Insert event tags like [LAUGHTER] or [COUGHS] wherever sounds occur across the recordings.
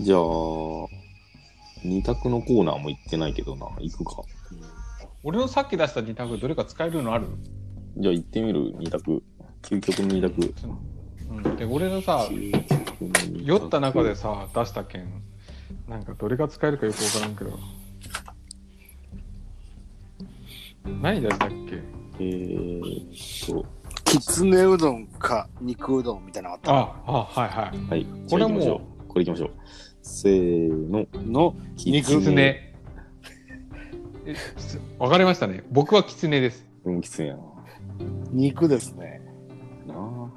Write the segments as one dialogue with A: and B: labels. A: じゃあ、二択のコーナーも行ってないけどな、行くか。
B: 俺のさっき出した2択どれか使えるのある
A: じゃあ行ってみる、二択。究極の二択。
B: うん、で俺のさ酔った中でさ出したけんなんかどれが使えるかよくわからんけど何出したっけ
A: えー、っと、
C: きつねうどんか肉うどんみたいなのあった
B: ああはいはい
A: はい。
B: これは
A: じゃあ行きましょう。これ行きましょう。せーの。
C: の
B: キツ。ネえすわかりましたね僕はキツネです
A: でもきつねやな。
C: 肉ですね。
A: な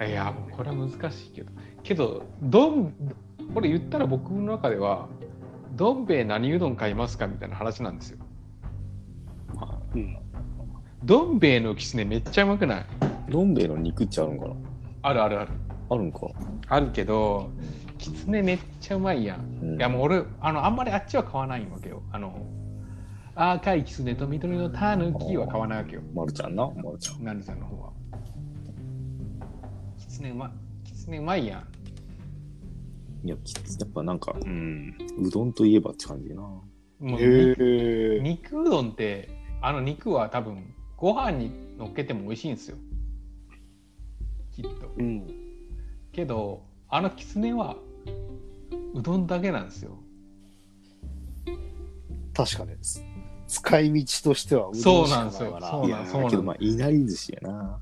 A: あ
B: いやもうこれは難しいけどけどどんこれ言ったら僕の中ではどん兵衛何うどん買いますかみたいな話なんですよ
A: ま
C: うん。
B: どん兵衛のキツネめっちゃうまくない
A: あ、どん兵衛の肉ってあるんかな
B: あるあるある
A: あるんか。
B: あるけどキツネめっちゃうまいやん
A: うん
B: いやもう俺あのあんまりあっちは買わないわけよあの赤いキツネと緑のタヌキは買わないわけよ
A: まるちゃんな、まるちゃん。
B: ナルさんの方はキツネうまキツネうまいやん
A: いや、きつやっぱなんか、うん、うどんといえばって感じな。
B: もう
C: へえ。
B: 肉うどんってあの肉は多分ご飯に乗っけても美味しいんですよきっと
C: うん。
B: けどあのきつねはうどんだけなんですよ
C: 確かにです。使い道としてはうどしかいわ
B: そう
A: い
B: なん
A: や
B: そう
A: ー、
B: なん
A: けどまあ、いなり寿司やな。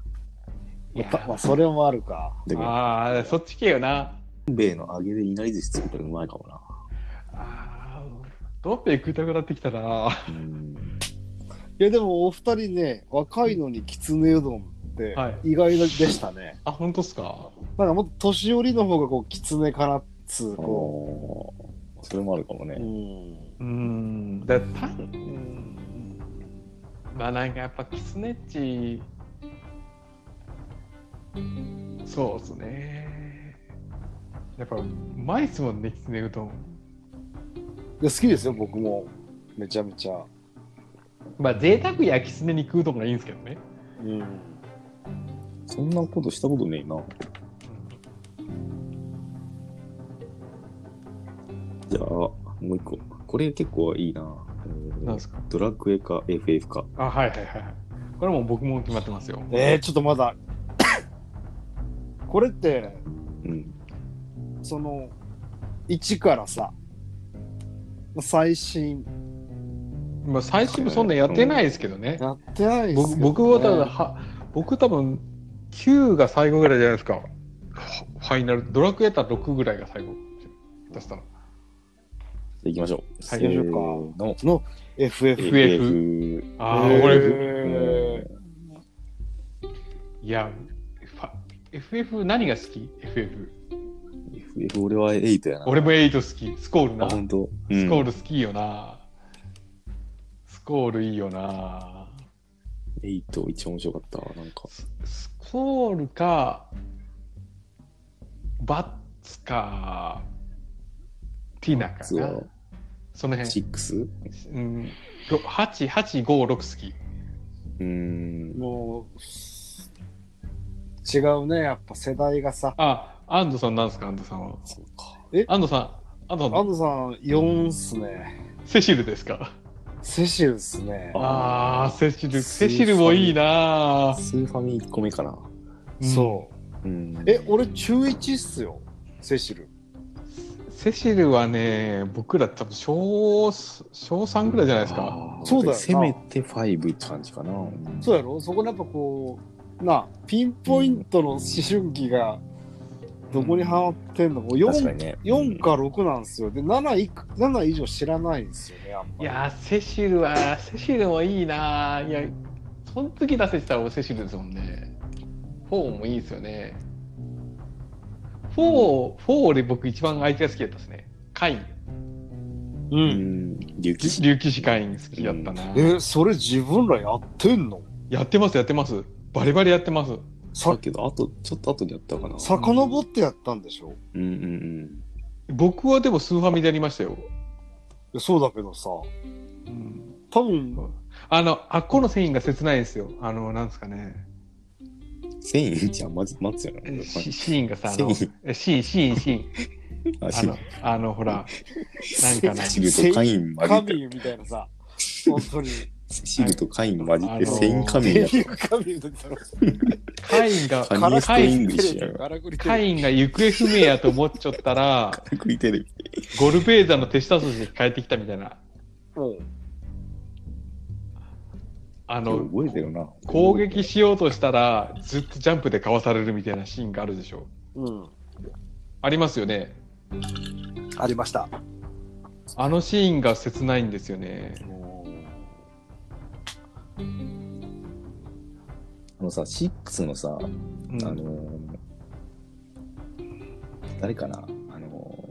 B: いや
C: やっぱまあそれもあるか。
A: だけど、
B: あーそっち系よな
A: どん兵衛の揚げでいなり寿司作ったらうまいかもな。
B: あーどん兵衛食いたくなってきたな
A: うん。
C: いやでもお二人ね若いのにきつねうどんって
B: はい
C: 意外でしたね。
B: あ本当っすか
C: なんかもっと年寄りの方がこうきつねかなっつう
A: あ
C: こ
A: ーそれもあるかもね。
C: う。うん。
B: うーんだたうんまあなんかやっぱキツネッチそうですねやっぱうまいっすもんねキツネうどん
C: いや好きですよ僕もめちゃめちゃ。
B: まあ贅沢やキツネ肉うどんがいいんですけどね
C: うん。
A: そんなことしたことねえな。じゃあ、もう一個。これ結構いいな。えー
B: なんすか
A: ドラクエか FF か。
B: あはいはいはいこれもう僕も決まってますよ
C: えー、ちょっとまだ [COUGHS] これって
A: うん。
C: その1からさ最新
B: まあ最新もそんなやってないですけどね
C: やってないです
B: 僕僕はただは僕多分9が最後ぐらいじゃないですかはファイナルドラクエだったら6ぐらいが最後出したの
A: じゃあ行きましょう。
B: は
A: 最
B: い
A: 初
C: 行きましょ
A: の
C: FF
B: FF
A: FF。
B: ああ
C: へー
B: 俺
A: うん
B: いやファ FF 何が好き ?FF
A: FF 俺は8やな。
B: 俺も8好きスコールな
A: あ、
B: ス
A: ほんと。
B: コ
A: うん
B: ール好きよな、スコールいいよな
A: 8一番面白かったわ。なんか。
B: ススコールかバッツかティナか
A: 実
B: な
A: は
B: その辺
A: 6?
B: うん、ろ8、8、5、6好き。
A: うーん。
C: もう違うねやっぱ世代がさ
B: あ、安藤さんなんですか、安藤さんは。
A: そうか。
B: 安藤さん、安藤さ
C: 安
B: ん、
C: 藤さん4っすね
B: セシルですか。
C: セシルっすね
B: ああー、セシル、
A: スー
B: セシルもいいなぁ。
A: スーファミ1個目かな。
C: そう
A: うん。
C: え俺中1っすよセシル
B: セシルはね、僕ら多分小、小3ぐらいじゃないですか。
A: あー
C: そうだよな
A: せめて5って感じかな。
C: そうやろそこでやっぱこうなあピンポイントの思春期がどこにハマってんの、もう
A: 確か
C: 4
A: にね。
C: 4か6なんですよで 7, いく7以上知らないんですよねやっぱ
B: いやー、セシルは、セシルもいいなぁ。いや、その時出せてたら俺セシルですもんね。4もいいですよね。4、4で僕一番相手が好きだったですね。カイン。
A: う
C: う
A: んん。竜騎士。
B: 竜騎士会員好きだったな、
C: えそれ自分らやってんの
B: やってますやってますバリバリやってます
A: だ
C: さ
A: けど、あと、ちょっと後でやったかな。
C: 遡ってやったんでしょ
A: うんうんうん。
B: 僕はでもスーファミでやりましたよ、
C: いやそうだけどさ多分
B: あのあっこの繊維が切ないんですよあのなんですかね
A: 繊維じゃん、まず、待つよな。
B: シシーンがさ、あ
A: 繊
B: の、
A: 維
B: シ。ーン、シーン、シーン。
A: あ、
B: あ
A: シル
B: の、あのほら、なんかな
A: シルとカイン混
C: カ
A: じって、
C: ミュみたいなさ、本当に。
A: シルとカイン混じって、
B: あのー
A: 繊維カミン
C: デ
A: やっ
C: ビューカミュだ [LAUGHS] ったら、
B: カインが、
A: カニ
C: カラ
A: エスト
C: ク
B: カ
A: イ
B: イン
A: ン
C: [LAUGHS] リ
A: グリッシュやろ。
C: カラクリ
B: カインが行方不明やと思っちゃったら、
A: 食いテレビ。
B: ゴルベーザの手下筋に変えてきたみたいな。
C: うん
B: あの、
A: 覚えてるな。
B: 攻撃しようとしたら、ずっとジャンプでかわされるみたいなシーンがあるでしょ。
C: うん。
B: ありますよね。
C: ありました。
B: あのシーンが切ないんですよね。
A: あのさ、6のさ、
B: うん
A: あのー誰かなあのー、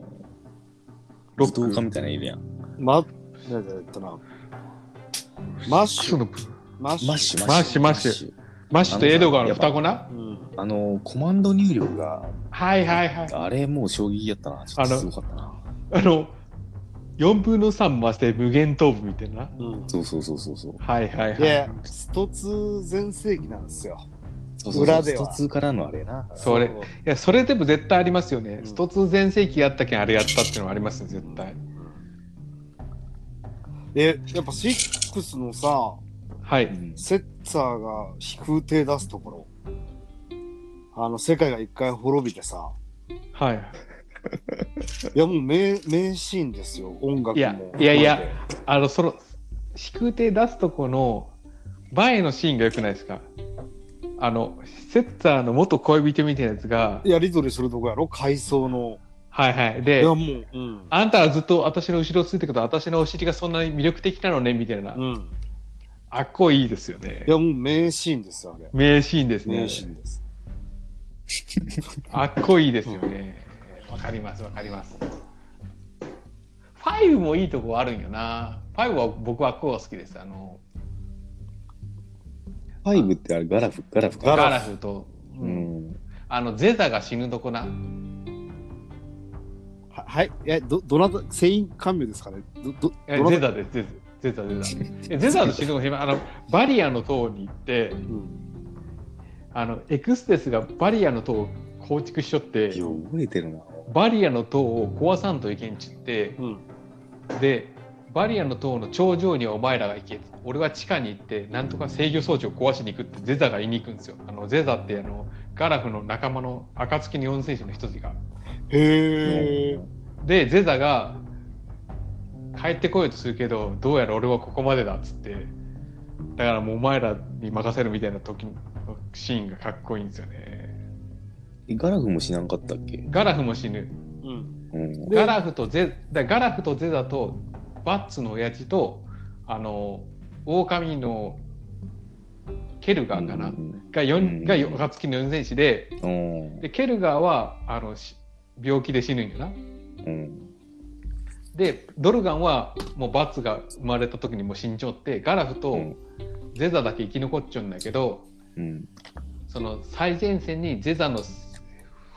B: ロ
A: 武道
B: ッ
A: 家
B: ク。
A: みたいなのいるやん。
C: ま、なんだったな。マッシュ。
B: の
C: マッシュ。
A: マッシュ、
B: マッシュマッシュとエドガーの双子な
C: うん。
A: あのー、コマンド入力が、
B: はいはいはい。
A: あれもう将棋やったな。ちょっ
B: あ
A: と
B: の
A: すごかったな。
B: あの、4分の3増して無限頭部みたいな。
C: うん。
A: そうそうそうそうそう。
B: はいはいはい。
C: で、スト2全盛期なんですよ。
A: そうそう
C: 裏では
A: ストツーからのあれな。
B: それ
C: う
B: いやそれでも絶対ありますよね、
C: うん
B: スト2全盛期やったけんあれやったっていうのはありますね絶対
C: で、やっぱ6のさ、
B: は
A: う
B: い [LAUGHS]
A: ん
C: セッサーが飛空艇出すところ。あの、世界が一回滅びてさ。
B: はい
C: いや、もう名、名シーンですよ。音楽も。
B: いやいやいやあのその飛空艇出すとこの前のシーンがよくないですかあのセッターの元恋人みたいなやつが
C: やり取りするとこやろ階層の。
B: はいはい
C: い
B: で
C: や、もう、うん。
B: あんたはずっと私の後ろをついてくと私のお尻がそんなに魅力的なのねみたいな、
C: うん。
B: あっこいいですよね
C: いや、もう名シーンですよ、あれ。
B: 名シーンですね
C: 名シーンです。
B: あっこいいですよね。わかります、わかります。ファイブもいいとこあるんよな。ファイブは僕はこうが好きです。あの、
A: ファイブってあれガラフ、ガラフか。
C: ガ
B: ガ
C: ラフ
B: ラフと、う、
A: うんん。
B: あの、ゼザが死ぬとこな。
C: ははい。え、ど、どなた、セイン官僚ですかねど、ど、
B: え
C: どな
B: ゼ
C: た、
B: ザです、ゼザ。ゼザゼザえゼザの死ぬとこあのバリアの塔に行って
C: うん、
B: あのエクステスがバリアの塔を構築しとって
A: いや、覚えてるな。
B: バリアの塔を壊さんといけんちって
C: うん。
B: でバリアの塔の頂上にお前らが行け俺は地下に行ってなんとか制御装置を壊しに行くってゼザが言いに行くんですよあのゼザってあのガラフの仲間の暁の四戦士の一人が
C: へえ。
B: でゼザが帰ってこようとするけどどうやら俺はここまでだっつってだからもうお前らに任せるみたいな時のシーンがかっこいいんですよね
A: えガラフも死なんかったっけ
B: ガラフも死ぬ
C: うん。
A: うん。
C: で
B: ガラフとゼだガラフとゼザとバッツの親父とあの狼のケルガーかな、
A: うん
B: が
A: うん
B: 四がよ暁の四戦士で
A: うん。
B: でケルガーはあのし病気で死ぬんよな。
A: うん。
B: でドルガンはもうバッツが生まれた時にもう死んじゃってガラフ
A: う
B: と
A: ん
B: ゼザだけ生き残っちゃうんだけど
A: うん。
B: その最前線にゼザの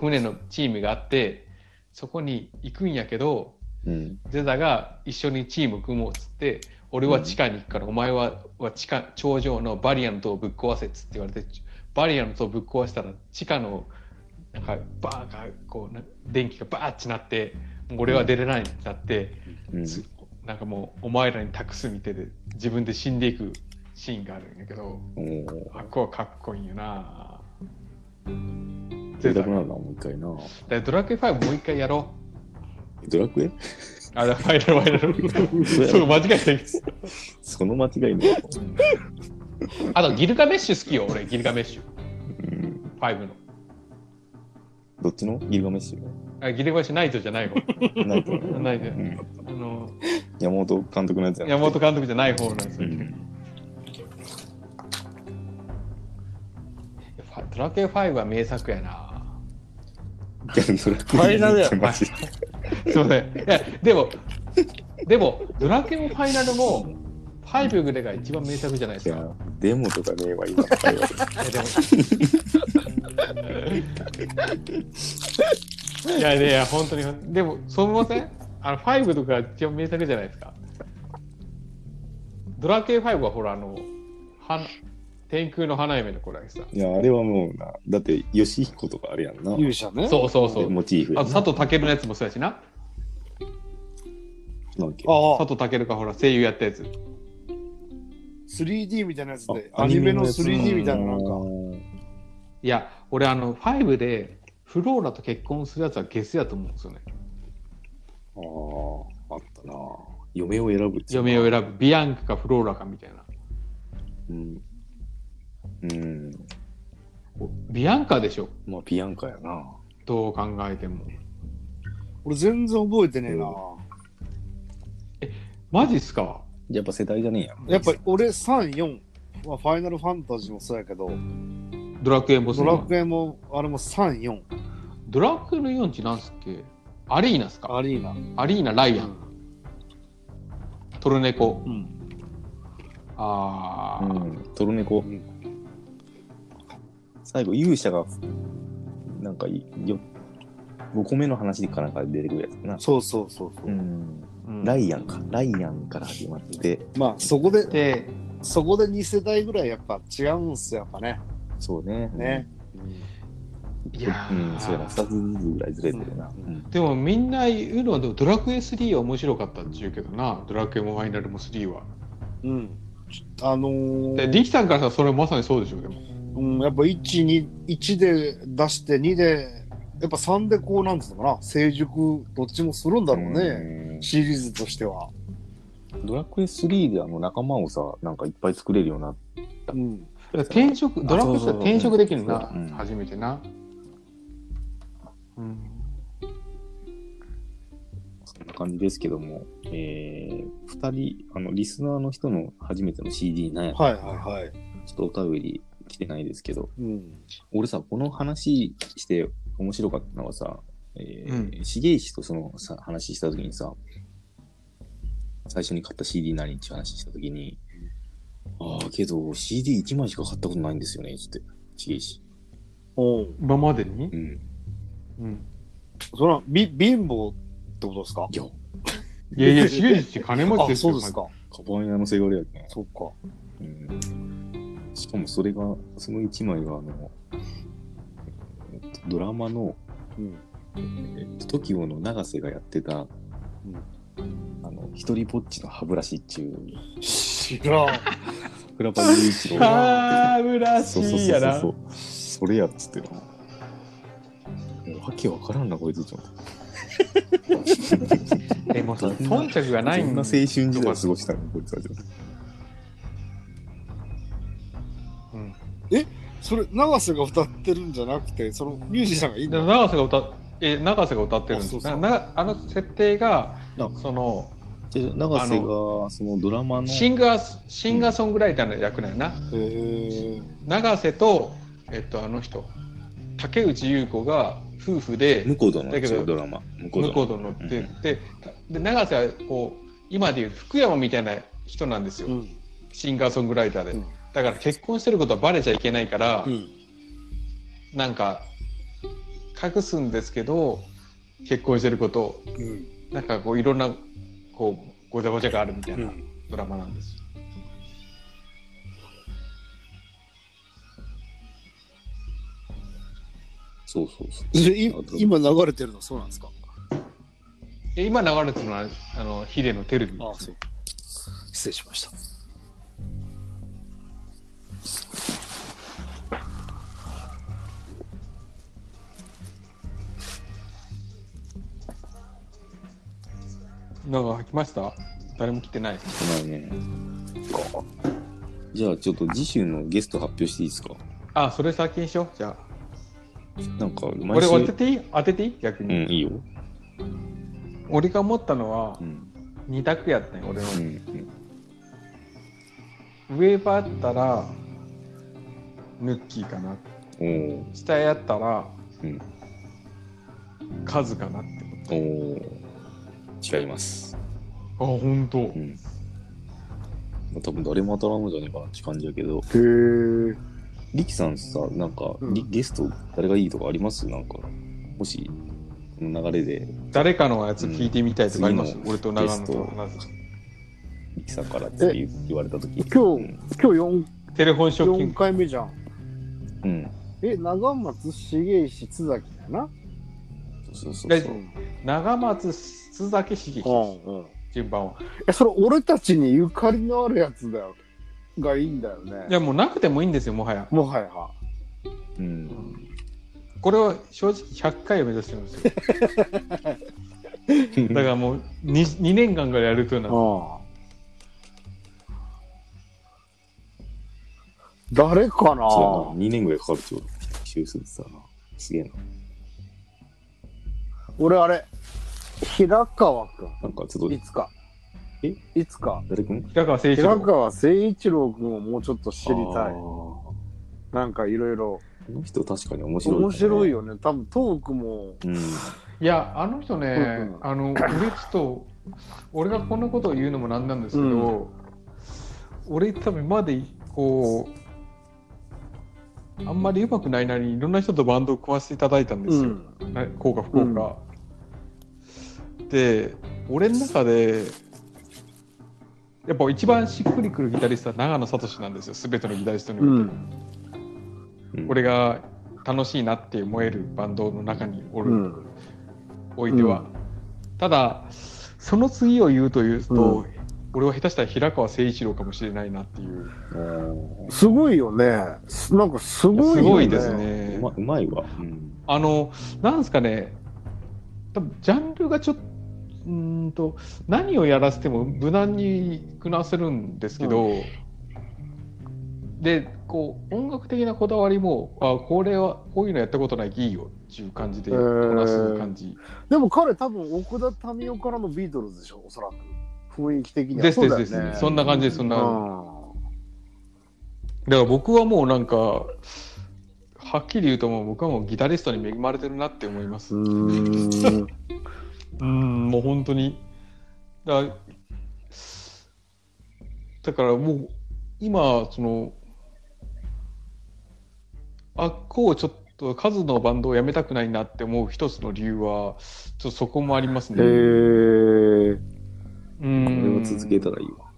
B: 船のチームがあってそこに行くんやけど
A: うん。
B: ゼザが一緒にチーム組もうっつって俺は地下に行くから、お前はは地下頂上のバリアの塔をぶっ壊せっつって言われてバリアの塔をぶっ壊したら地下のなんかバーがこうな電気がバーってなってもう俺は出れないってなって、
A: うん。
B: つなんかもうお前らに託すみたいで自分で死んでいくシーンがあるんやけど
A: うん。
B: あっこはかっこいいよな
A: 贅
B: ゼザ
A: 沢な
B: が
A: んだ、もう一回な。
B: だからドラクエ5もう一回やろう
A: ドラクエ [LAUGHS]
B: あれファイナルファイナルそう間違えた
A: その間違いね。
B: あとギルガメッシュ好きよ、俺、ギルガメッシュ。
A: うん。
B: 5の。
A: どっちのギルガメッシ
B: あギルガメッシュナイトじゃ [LAUGHS] ない方。
A: ュなんと。
B: ナイト
A: う。ん
B: あの、
A: 山本監督のやつやな
B: 山本監督じゃない方なんです
A: う
B: よ。
A: ん。
B: ファドラクエ5は名作やな。
A: いやドラクエ
C: ファイナルや
A: ってマジで。
B: すいません。いや、でも、でも、ドラクエもファイナルも、5ぐらいが一番名作じゃないで
A: い
B: すか。い
A: や、デモとかねえわ、今の会話。
B: や、でも。いやいやいや、本当に、でも、そう思いませんあの、5とか一番名作じゃないですか。ドラクエ5はほら、あの、は天空の花嫁の子だけさ。
A: いや、あれはもうな、だって、吉彦とかあれやんな。
C: 勇者ね。
B: そうそうそ
A: モ
B: う。
A: チーフや
B: あ
A: ん
B: と
A: な。
B: 佐藤健のやつもそうやしな。
A: なんだっけ
C: あ
B: 佐藤健がほら声優やったやつ。
C: 3D みたいなやつで、アニメの 3D みたいななんか。
B: いや、俺あの、5でフローラと結婚するやつはゲスやと思うんですよね。
A: ああ、あったな。嫁を選ぶっていうのは
B: 嫁を選ぶ、ビアンカかフローラかみたいな。
A: うん。うん。
B: ビアンカでしょ、
A: まあ、ビアンカやな。
B: どう考えても。
C: 俺全然覚えてねえな。
B: マジっすか
A: やっぱ世代じゃねえや。
C: やっぱり俺3、4。まあ、ファイナルファンタジーもそうやけど、
B: ドラクエもそ
C: ド
B: うな
C: ラ
B: の
C: クエもあれも3、4
B: ドラクエの4地なんすっけアリーナっすか
C: アリーナ。
B: アリーナ、ライアン、トルネコ。
C: うん。
B: あ
A: う
B: ー、
A: ん。トルネコ
C: ん。
A: 最後、勇者が、なんかい、よ5個目の話かなんかで出てくるやつな。
C: そうそうそうそうう。
A: ん。
B: うん
A: ライアンか。ライアンから始まって、
C: まあそこで、
B: で、
C: そこで2世代ぐらいやっぱ違うんすよ、やっぱね。
A: そうね。
C: ね。
B: いやー
A: うん、そうやな。2つずつぐらいずれてるな。うん。
B: でもみんな言うのはでもドラクエ3は面白かったって言うけどな、ドラクエもファイナルも3は。
C: うん。あのー
B: で、リキさんからさ、それまさにそうでしょ、でも。
C: うん、やっぱ1、2、1で出して、2で、やっぱ3でこうなんつうのかな、成熟、どっちもするんだろうね、
A: ね。
C: シリーズとしては。
A: ドラクエ3であの仲間をさ、なんかいっぱい作れるようになっ
C: うん。
B: 転職、ドラクエ3は転職できるな、
A: そうそうそう
B: 初めてな。うん。
A: そんな感じですけども、えー、2人、あの、リスナーの人の初めての CD なんや
C: はいはいはい。
A: ちょっとお便り来てないですけど、
C: うん。
A: 俺さ、この話して面白かったのはさ、えー重石とそのさ話したときにさ、最初に買った CD 何って話したときに、ああ、けど CD1 枚しか買ったことないんですよね、つって、重石。
C: おう
B: 今までに
A: うん。
B: うん。
C: それは、び、貧乏ってことですか
A: いや、
B: いやいや、しげち金持ち
C: あ、
B: です
C: そ
B: よ。
C: うですか。
A: カバン屋のせがれやけん。
C: そっか。
A: うんしかもそれが、その1枚が、あの、えっとドラマの、
C: うん。
A: えっと、TOKIO の永瀬がやってた、あの、一人ぼっちの歯ブラシっちゅう、
C: 知
B: [LAUGHS]
C: らん。
A: 倉場雄一郎が、
B: あー、村
A: そうそうそうそうそう、それやっつってな。もうわけわからんな、こいつと思って。
B: え、もうそ、頓着がない
A: そん
B: ん
A: な
B: だ
A: 青。春時代を過ごしたの、こいつは。
B: うん。
C: それ、永瀬が歌ってるんじゃなくて、そのミュージシャンがいいん
B: で
C: だ。
B: 長瀬が歌っえ長瀬が歌ってるんで
C: あ
B: す
C: そうそう
B: ななあの設定が
A: な
B: その
A: じゃあ永瀬が、そのドラマの、
B: シンガーシンガーソングライターの役なんやな、
C: へえ。
B: 長瀬とえっとあの人竹内優子が夫婦で
A: 向殿の
B: だけど
A: ドラマ。向
B: 向こうと乗っ
A: うん
B: て、でで長瀬はこう今でいう福山みたいな人なんですよ、
C: うん。
B: シンガーソングライターで、
C: うん
B: だから結婚してることはバレちゃいけないから、
C: うん。
B: なんか隠すんですけど結婚してることを
C: うん。。
B: なんかこういろんなこうごちゃごちゃがあるみたいうなんドラマなんです。
A: そうそうそう。
C: それい今流れてるのそうなんですか
B: え今流れてるのはあのヒデのテレビ。
C: あそう。失礼しました。
B: なんか来ました？誰も来てない。
A: ないね。じゃあちょっと次週のゲスト発表していいですか
B: あそれ先にしよう。じゃあ
A: なんか毎
B: 俺
A: 週。
B: 当てていい？当てていい？逆
A: うん、
B: に。
A: いいよ。
B: 俺が思ったのは
A: うん。
B: 二択やったんよ俺の
A: う。ん。
B: 上ばあったらヌッキーかな。
A: おー
B: 下やったら
A: うん
B: カズかなって
A: おー違います。
B: 思った。あ本当。
A: うん。まあ多分誰も当たらんのじゃねえかなって感じやけど、
C: へえ。
A: リキさんさ、なんか、
C: うん
A: リゲスト誰がいいとかありますなんか、もし、この流れで、
B: 誰かのやつ聞いてみたいとかあります？
A: うん
B: 俺と長野と同じ。
A: リキさんからって言う言われたとき。
C: 今日
A: うん
C: 今日四
B: テレフォンショッキン
C: 4
B: グ。
C: 回目じゃん。
A: うん。
C: え、長松、重石、津崎だな。
A: そうそう
B: で
A: そう。
B: 長松、須崎茂樹、
C: んうん。
B: 順番は。
C: え、それ俺たちにゆかりのあるやつだよ。がいいんだよ
B: い
C: ね。
B: や、もうなくてもいいんですよ、もはや。
C: もはや。
A: うん。
B: これは正直100回を目指してる
A: [LAUGHS]
B: んですよ。だからもう 2, 2年間ぐらいやるというのは、
C: うん。誰かな
A: そうやな2年ぐらいかかるってこと修正ってたな。すげえな。
C: 俺あれ、平川く
A: なんかちょっ
C: ん。
A: と
C: い、つか。
A: え
C: いつか。
A: 誰くん
B: 平川誠一
C: 平
B: 郎。
C: 川誠一郎くんをもうちょっと知りた
A: あー
C: い。
A: こ
C: なんかいろいろ。
A: の人確かに面白い、
C: 面白い。よね。多分トークも。
A: うん。
B: いや、あの人ね、
C: うんうん
B: あの、俺ちょっと、俺がこんなことを言うのもなんなんですけど、俺多分今まで、こう、あんまりうまくないなりにいろんな人とバンドを組ませていただいたんですよ。
C: うん。
B: なこうか不幸か、で俺の中でやっぱ一番しっくりくるギタリストは長野聡なんですよ全てのギタリストにおいて、
C: うん。
A: うん、
B: 俺が楽しいなって思えるバンドの中におる、
C: うん。
B: おいては、
C: うん
B: ただその次を言うというと、
C: う
B: 俺は下手したら平川誠一郎かもしれないなっていう
A: あー
C: すごいよね。すなんかすごいよ、ね。
B: すごいですね。
A: うまうまいわ。うん。
B: あの、なんですかね、多分ジャンルがちょっと、うーんと、何をやらせても無難にこなせるんですけど、で、こう、音楽的なこだわりも、あ、これは、こういうのやったことない、いいよっていう感じで、
C: へ
B: こ
C: ー
B: なす感じ。
C: でも彼多分奥田民生からのビートルズでしょ、おそらく。雰囲気的には。
B: です
C: そう
B: で
C: だ
B: す
C: よね
B: です、そんな感じです、そんな
C: う
B: 感じ。だから僕はもうなんか、はっきり言うともう僕はもうギタリストに恵まれてるなって思います。
C: ん。うーん。
B: うん、もう本当に。だだからもう、今、その、あっこをちょっと数のバンドをやめたくないなって思う一つの理由は、ちょっとそこもあります
C: え
B: ね。
C: ー。
B: う
A: これ
B: ん
A: は続けたらいいわ。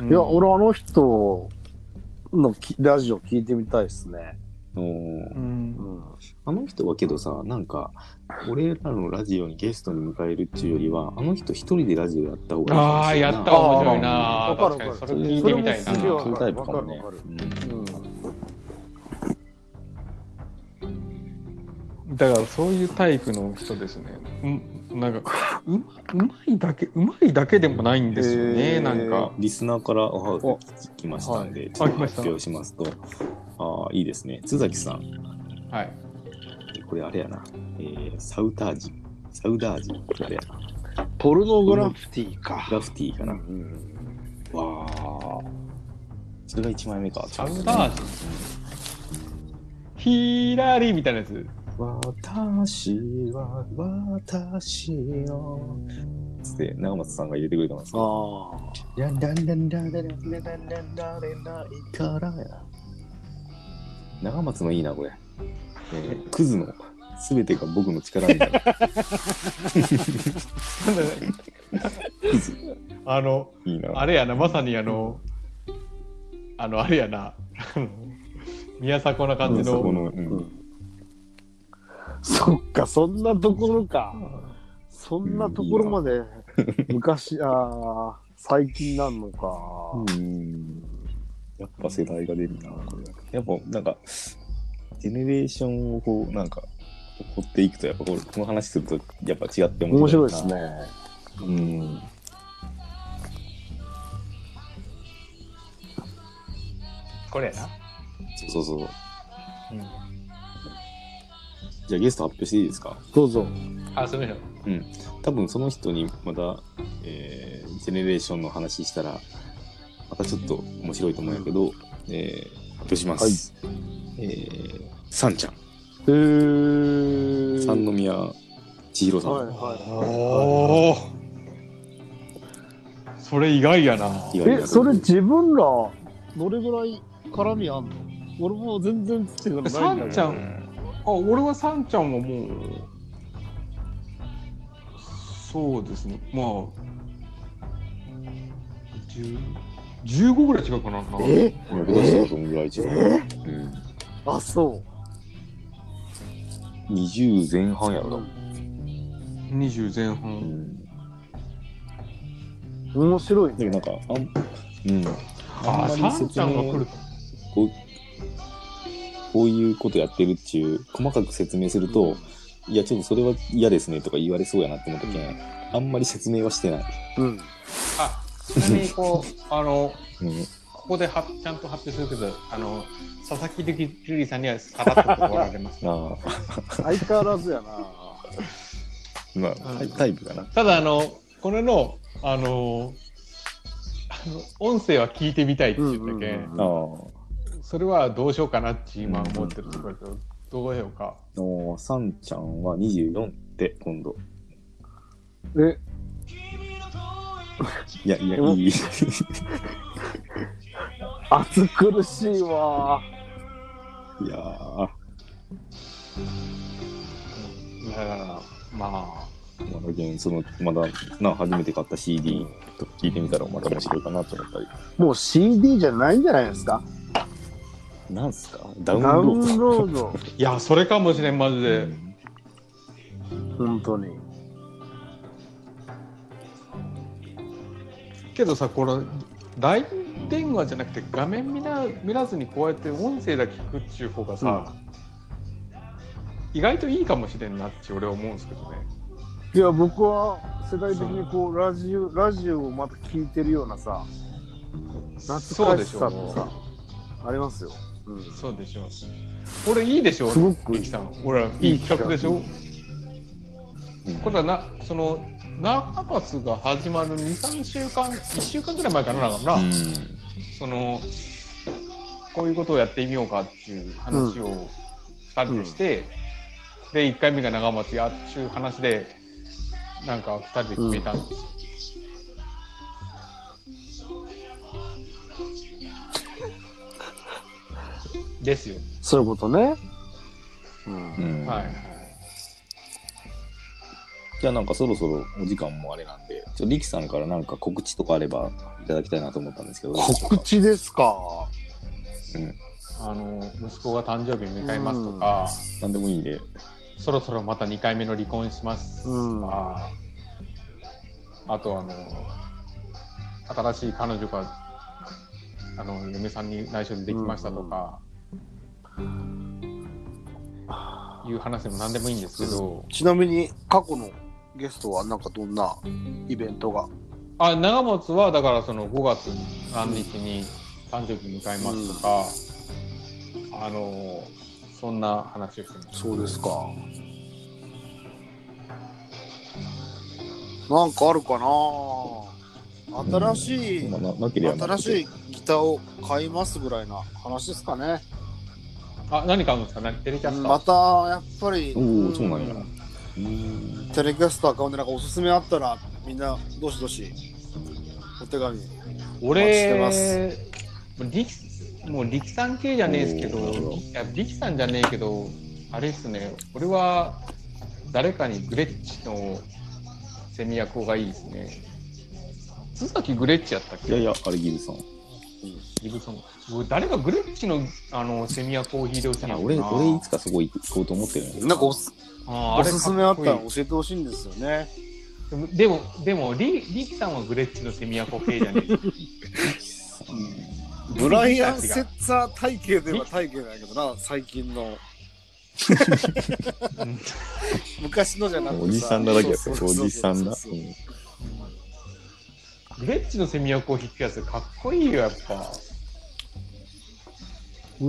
A: うん。
C: いや、、俺あの人のきラジオ聞いてみたいですね。
A: おー
B: うん
C: うん。
A: あの人はけどさ、なんか、俺らのラジオにゲストに迎えるっていうよりは、あの人一人でラジオやった方がいいか
B: あ
A: も
B: あ、
A: しれ
B: や
A: ん
B: った
A: な
B: わ面白い
C: あ
B: な。
C: ー
B: 確かに、
C: わ
B: それ
C: かる
A: わかる
B: 聞いてみたい
A: そ
B: な
A: う
C: れ。もす
A: いうタイプかも
C: わ
A: ね
C: かるわか。
A: うん
C: うん
B: だからそういうタイプの人ですね。うん、なんかううまいだけうまいだけでもないんですよ
C: へ
B: ね。
C: ー
B: なんか
A: リスナーからおはがき来ましたんで、ちょっと発表しますと、ああ、いいですね。津崎さん、
B: はい。
A: これあれやな、えーサウタージ、サウダージ、あれやな、
C: ポルノグラフィティか。
A: グラフティーか
C: う
A: な。
C: ん
A: わあ、それが1枚目か。
B: サウダージ。ヒーラリーみたいなやつ。
A: 私は私の。つって、長松さんが入れてくれたんです
C: あ
A: よ。
C: あ。
A: ランランランランランランランランランランランランからやな長松のいいな、これ。えークズの、すべてが僕の力みたいな。
B: あの
A: いいな。
B: あれやなまさにあのあのあれやなあの宮迫な感じ
A: そこの、
B: の。
A: うん
C: そっか、そんなところか。そんなところまで、昔、ああ、最近なんのか。
A: うんやっぱ世代が出るな、これは。やっぱなんか、ジェネレーションをこう、なんか、追っていくと、やっぱこれこの話すると、やっぱ違って
C: 面
A: 面白
C: 白い
A: い
C: で
A: な
C: す。ね。
A: うん。
B: これやな。
A: そうそうそう。
B: うん
A: じゃあゲスト発表していいですか
C: どうぞ。
B: あそういうの。
A: 多分その人にまた、えージェネレーションの話したら、またちょっと面白いと思うんやけど、えー発表します。えー、さんちゃん。
C: へえ。
A: 三宮千尋さん。
C: はいはいはい。
B: おお。それ意外やな。
A: 意外
C: え、
A: だ
C: それ自分ら、どれぐらい絡みあんの俺もう全然つってからないんだけど。
B: さんちゃんあ俺はさんちゃんはもうそうですねまあ10 15ぐらい違うかななんか
C: え
A: 今下手したらどんぐらい違う、うん
C: あ、そ
A: 20前半やろ多分、
B: 20前
A: う
B: 半
A: ん、だ
C: う。面白い
A: け
C: ね。
A: どなんかあん、うん、
B: あ
A: あんま
B: あ
A: り
B: サンちゃんが来ると
A: こうこういうことやってるっていう細かく説明すると、いやちょっとそれは嫌ですねとか言われそうやなって思ったけん、あんまり説明はしてない、
C: うん。
B: あちなみにこうあの
A: うん、
B: ここではちゃんと発表するけどあの佐々木瑠璃さんにはさらっと断られます
A: ああ
C: 相変わらずやな。
A: まあタイタイプかな
B: ただあのこれのあのあの音声は聞いてみたいって言ったけ、ん
C: うんうん
A: ああ
B: それはどうしようかなって今思ってるところだけど、どうしようか
A: のさんちゃんは24って今度
C: え、
A: いやいや
C: でも
A: [LAUGHS] いい
C: 暑苦しいわ。
A: いやー
B: だからま
A: まだ現そのまだな初めて買った CD とか聞いてみたらまた面白いかなと思ったり
C: もう CD じゃないんじゃないですか。
A: なんすかダ
C: ダ
A: ウ
C: ウ
A: ンロー
C: ン
A: ド
C: ロード。
B: あいやそれかもしれんマジで、
C: 本当に。
B: けどさこの大電話じゃなくて画面見な見らずにこうやって音声だけ聞くっちゅう方がさ、意外といいかもしれんなって俺は思うんですけどね
C: いや、僕は世代的にこう、ラジオ、ラジオをまた聞いてるようなさ、
B: そ
C: 懐
B: う
C: か
B: で
C: し
B: し
C: さ
B: ょ
C: ってさ、ありますよ。うん。
B: そうでしょこれいいでしょ
C: すごく
B: ゆきさんほらいい企画でしょ
A: うん
B: これはなその長松が始まる23週間1週間ぐらい前かななんかな、
A: うん
B: そのこういうことをやってみようかっていう話を2人でして、で1回目が長松やっていう話でなんか2人で決めたんですよ、ですよ、
C: そういうことね。うん
A: う。ん
B: はいはい
A: じゃあなんかそろそろお時間もあれなんで、ちょリキさんからなんか告知とかあればいただきたいなと思ったんですけど、
C: 告知ですか。
B: あの息子が誕生日を迎えますとか、
A: なんでもいいんで、
B: そろそろまた2回目の離婚します
C: うん
B: ああとあの新しい彼女があの嫁さんに内緒でできましたとか、いう話でも何でもいいんですけど、
C: ちなみに過去のゲストはなんかどんなイベントが。
B: あ長松はだからその5月何日に誕生日迎えますとか、あのそんな話をしてます。
C: そうですか。なんかあるかな。新しい、
A: まあ、ななければな
C: 新
A: く
C: していギターを買いますぐらいな話ですかね。
B: あ何買うんですか何テレキャスター、
C: またやっぱり。
A: おーそうなんや
C: う
A: うん
C: テレキャスター買うんでなんかおすすめあったらみんなどしどしお手紙。
B: 俺
C: お待ちしてま
B: もう力もう力さん系じゃねえですけど
A: おー
B: いや力さんじゃねえけどあれですね俺は誰かにグレッチのセミヤコがいいですね津崎グレッチやったっ
A: いや
B: け
A: いや、あれギルさん。
B: ギブソン俺誰がグレッチのあのセミヤコを弾いてほしい
A: あ
B: の
A: 俺、
B: かな
A: 俺いつかそこ行こうと思ってるんやけど
C: なんかおす
B: あー
C: お
B: れ
C: すすめあったら
B: か
C: 教
B: こ
C: えてほしいんですよね。
B: いいでもでもリリキさんはグレッチのセミヤコ系じゃねえ
C: ブライアン・セッツァー体型では体型だけどな、最近の。
B: うん
C: [LAUGHS] 昔のじゃなくて
A: おじさんだだけやった
C: そ
A: お
C: うそうそう
A: じさんだ。
C: そうそうそう
B: グレッチのセミヤコを弾くやつかっこいいよやっぱ。
A: うん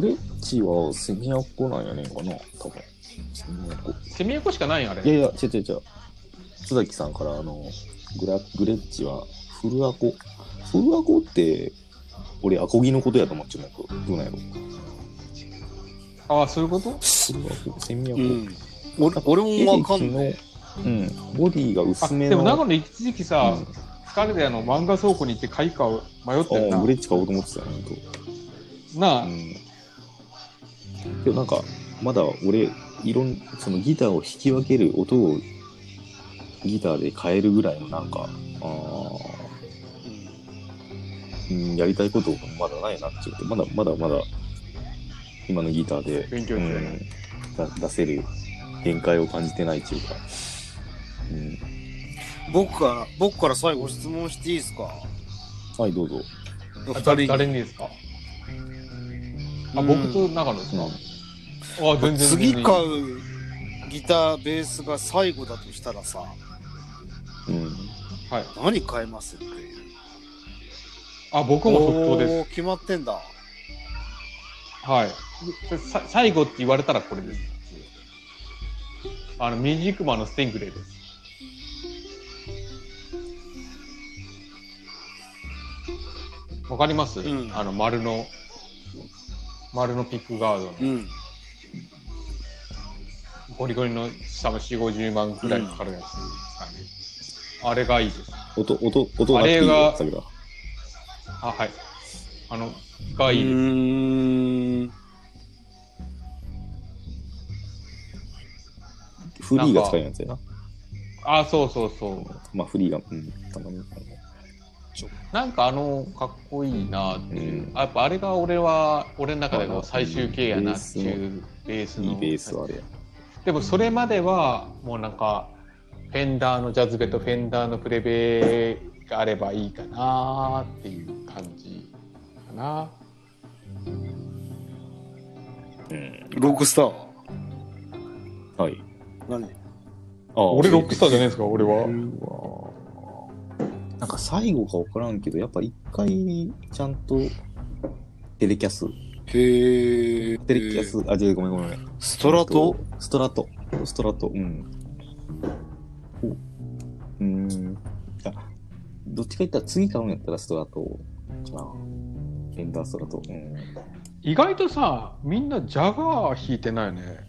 A: グレッチはセミアコなんやねんかな、多分。セミアコ。
B: セミヤコしかないよあれ
A: いやいや、違う違う違う。須崎さんから、あの、グラグレッチは、フルアコ。フルアコって、俺、アコギのことやと思っちゃうんだけど、どうなんやろ。
B: ああそういうこと
A: フルアコ、セミアコ。
C: うん俺俺もわかんない。
A: い。うん、ボディが
B: あ
A: 薄めの。
B: でも長野一時期さ、
A: うん
B: 二人であの漫画倉庫に行って買いかを迷ったよ
A: ああ、
B: な
A: グレッチ買おうと思ってたよ、ほんと。
B: なあ、
A: うん。でもなんか、まだ俺、いろん、そのギターを弾き分ける音をギターで変えるぐらいのなんか、ああ、うん、やりたいことがまだないなっていうことまだまだまだ今のギターで
B: 勉強中
A: うんだ出せる限界を感じてないっていうか、うん、
C: 僕から、僕から最後質問していいですか
A: はいどうぞ
C: 二人
B: 誰
C: に。
B: 誰にですかあ、
C: うん
B: 僕と長野ですか、あ、全然全然
C: 次買うギター、ベースが最後だとしたらさ、
A: うん、
B: はい。
C: 何買いますっていう。
B: あ、僕も即答です。
C: おー決まってんだ。
B: はい。さ最後って言われたらこれです。あの、ミュージックマンのスティングレイです。わかります、
C: うん
B: あの、丸の、丸のピックガード
C: う
B: の、
C: ん。
B: ゴリゴリの下の4、50万くらいかかるやつですかね。あれがいいです。
A: 音音音なくていい
B: あ
A: よ
B: れが
A: さくら
B: あ、はい。あの、がいいです。
C: ん。
A: フリーが使えるやつやな
B: あ、そうそうそう。
A: まあフリーがうん頼む
B: なんかあのかっこいいなっていう、
A: うん
B: やっぱあれが俺は俺の中で
A: あ
B: の
A: の
B: 最終形やなって
A: う
B: いうベース
A: い
B: の
A: いベースはあれや
B: でもそれまではもうなんかフェンダーのジャズベとフェンダーのプレベがあればいいかなっていう感じかな
A: うん
C: ロックスター
A: はい
C: 何
A: あ
B: 俺ロックスターじゃ
A: ね
B: ないですか俺は
A: なんか最後か分からんけどやっぱ一回ちゃんとテレキャス
C: へえ。
A: テレキャス、あ違うごめんごめん
C: ストラト
A: ストラト。ストラト。うん。おうーん。あ、どっちか言ったら次買うんやったらストラトかな。エンダーストラト。うん。
B: 意外とさみんなジャガー弾いてないね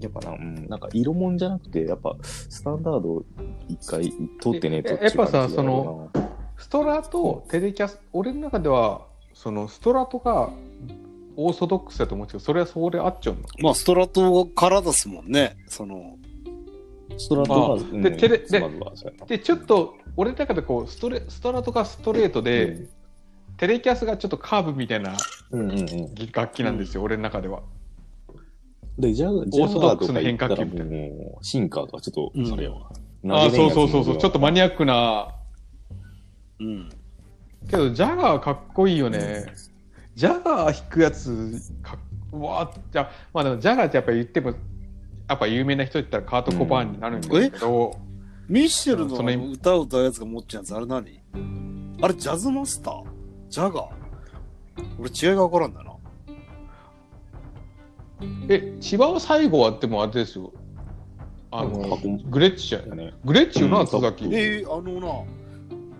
A: やっぱな、うん、なんか色もんじゃなくて、やっぱスタンダード一回通ってねえと
B: え
A: ていう感じ
B: やっぱさそのストラとテレキャス俺の中ではそのストラとかオーソドックスだと思うんですけどそれはそれあっちゃうの
C: まあ、ストラトからですもんね。その、
A: ストラトが、
B: あ
A: うん
B: でテレで
A: まずはそうやな
B: でちょっと俺の中でこうストレストラとかストレートで、テレキャスがちょっとカーブみたいな
A: うんうんうん。
B: ぎ楽器なんですよ、俺の中では
A: で、ジャグジャ
B: オーソドックスの変化球みたいな
A: ガーとか言ったらもうシンカーとかちょっと、それやわ。
B: あそうそうそうそうちょっとマニ
A: ア
B: アックな
C: うん。
B: けどジャガーかっこいいよね、ジャガー弾くやつかっうわーじゃまあでもジャガーってやっぱ言ってもやっぱ有名な人って言ったらカート・コバーンになるんですけど、
C: ミッシェルの
B: その
C: あの歌を歌うやつが持っちゃうやつ、あれ何あれ、ジャズマスタージャガー俺、違いが分からんだな。
B: え、千葉は最後はでもあれですよ。あの、グレッチじゃん。
A: クね。
B: グレッチよ
A: う
B: な、
A: ん
B: 津崎。津
C: えー、あの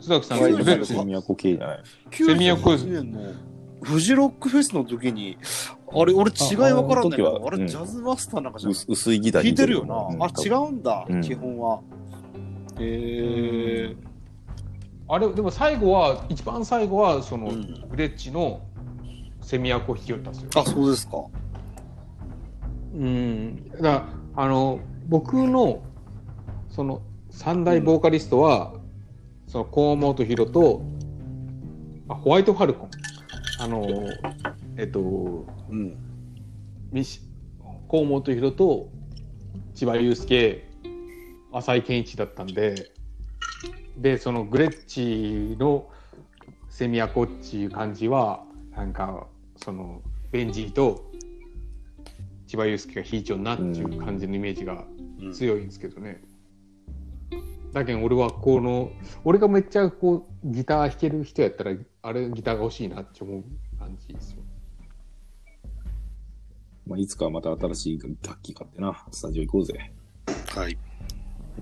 B: 崎さん、
A: な
B: グ
A: ん
B: レ
A: か、
B: ッ
A: セ
B: チ。
A: ミアコ系じゃない。
C: な、
B: セミヤコ
C: 98年のフジロックフェスの時に、あれ、俺、違い分からんだけ
A: ああの
C: ど、
A: 時
C: あ
A: は
C: れ、
A: うん
C: ジャズマスターなんかじゃん。
A: 薄薄いギター
C: 弾いてるよ
A: う
C: な。あ
A: ん、
C: 違うんだ、
A: うん
C: 基本は。えー、
B: あれ、でも最後は、一番最後は、その、
C: うん
B: グレッチのセミアコを引き寄ったんですよ。
C: あ、そうですか。
B: うん。だから、あの、僕の、その、三大ボーカリストは、その、河本ヒロと、あ、ホワイトファルコン。あの、えっと、
C: うん。
B: みし河本宏と千葉雄介浅井健一だったんででそのグレッチのセミアコっていう感じはなんかそのベンジーと千葉雄介が弾いちゃうなっていう感じのイメージが
C: うん
B: 強いんですけどね。だけど俺はこの俺がめっちゃこうギター弾ける人やったらあれギターが欲しいなって思う感じですよ。
A: まあ、いつかまた新しい楽器買ってな、スタジオ行こうぜ。
C: はい。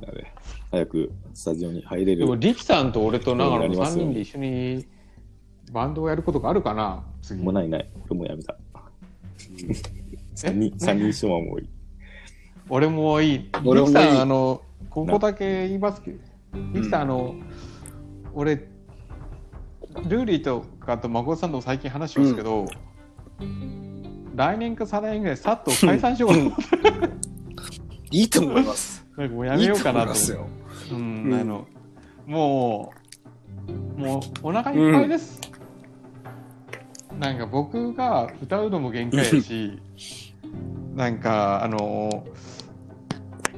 A: みんなで早くスタジオに入れ
B: でも
A: る。
B: リキさんと俺と
A: う
B: 長野
A: ん
B: の
A: やります
B: 3
A: よ
B: 人で一緒にバンドをやることがあるかな次
A: もうないない。俺もうやめた。
B: え
A: 3人、三人一緒はもういい。
B: 俺もいい
C: 俺
B: リ
C: も
B: キ
C: いい
B: さんあのここだけ言いますけどリキさんあの、俺ルーリーとかと孫さんとも最近話しますけど、来年か再来年ぐらいさっと解散しようかな
C: いいと思います。
B: なんかもう [LAUGHS] やめようかなと
C: いいと思いますよ。
B: うん
C: うん
B: あのもうもうお腹いっぱいです、なんか僕が歌うのも限界やしなんかあの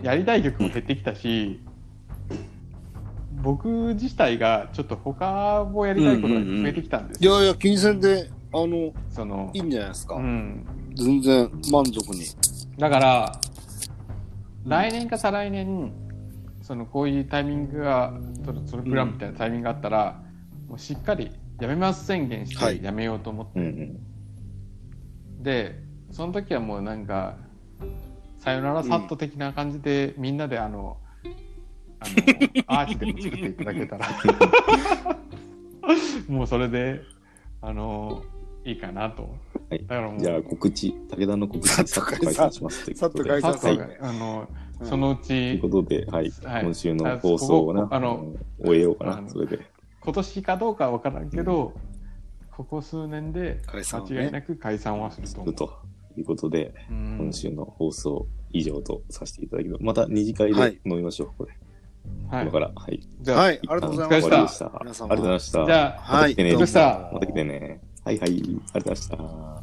B: やりたい曲も減ってきたし僕自体がちょっと他もやりたいことが増えてきたんです
D: い
B: よ、
D: やいや、気にせんで、あの、
B: その
D: いいんじゃないですか。
B: うん
D: 全然満足に。
B: だから、来年か再来年、そのこういうタイミングが、そのそのプランみたいなタイミングがあったら、もうしっかりやめます宣言し
D: はい
B: てやめようと思って、
A: うんうん。
B: で、その時はもうなんか、さよならサット的な感じで、みんなであの、あの、アーチでも作っていただけたら、 [LAUGHS] もうそれで、あの、いいかなと。
A: はい
B: だからもう
A: じゃあ告知、武田の告知、さっと解散しますという
D: さっ
A: こととで。
D: 解散
B: サッ
D: する
B: ト
A: はい
B: が、あの、
D: うん
B: そのう
A: とい
B: ち
A: うこ、とで、はい。
B: はい
A: 今週の
B: あ
A: 放送をな
B: こ、こあの
A: うん終えようか
B: あ
A: な、
B: の
A: それで。
B: 今年かどうかは分からんけど、ここ数年で
D: 解散をね
B: 間違いなく解散はすると
A: す
B: 思
A: る
B: う。
A: ということで、
B: うん
A: 今週の放送以上とさせていただきます。また二次会
D: はい
A: で飲みましょう、これ。
B: はい
A: 今から。はい。
B: じゃあ、
D: はい、ありがとうございま
A: 一
D: し
A: 旦終わ
D: た
A: りで。した。あ
D: 皆様
A: りがとうございました。
B: じゃあ
A: また来てね
D: どうも
B: どうした
A: また来てね。はいはい。ありがとうございました。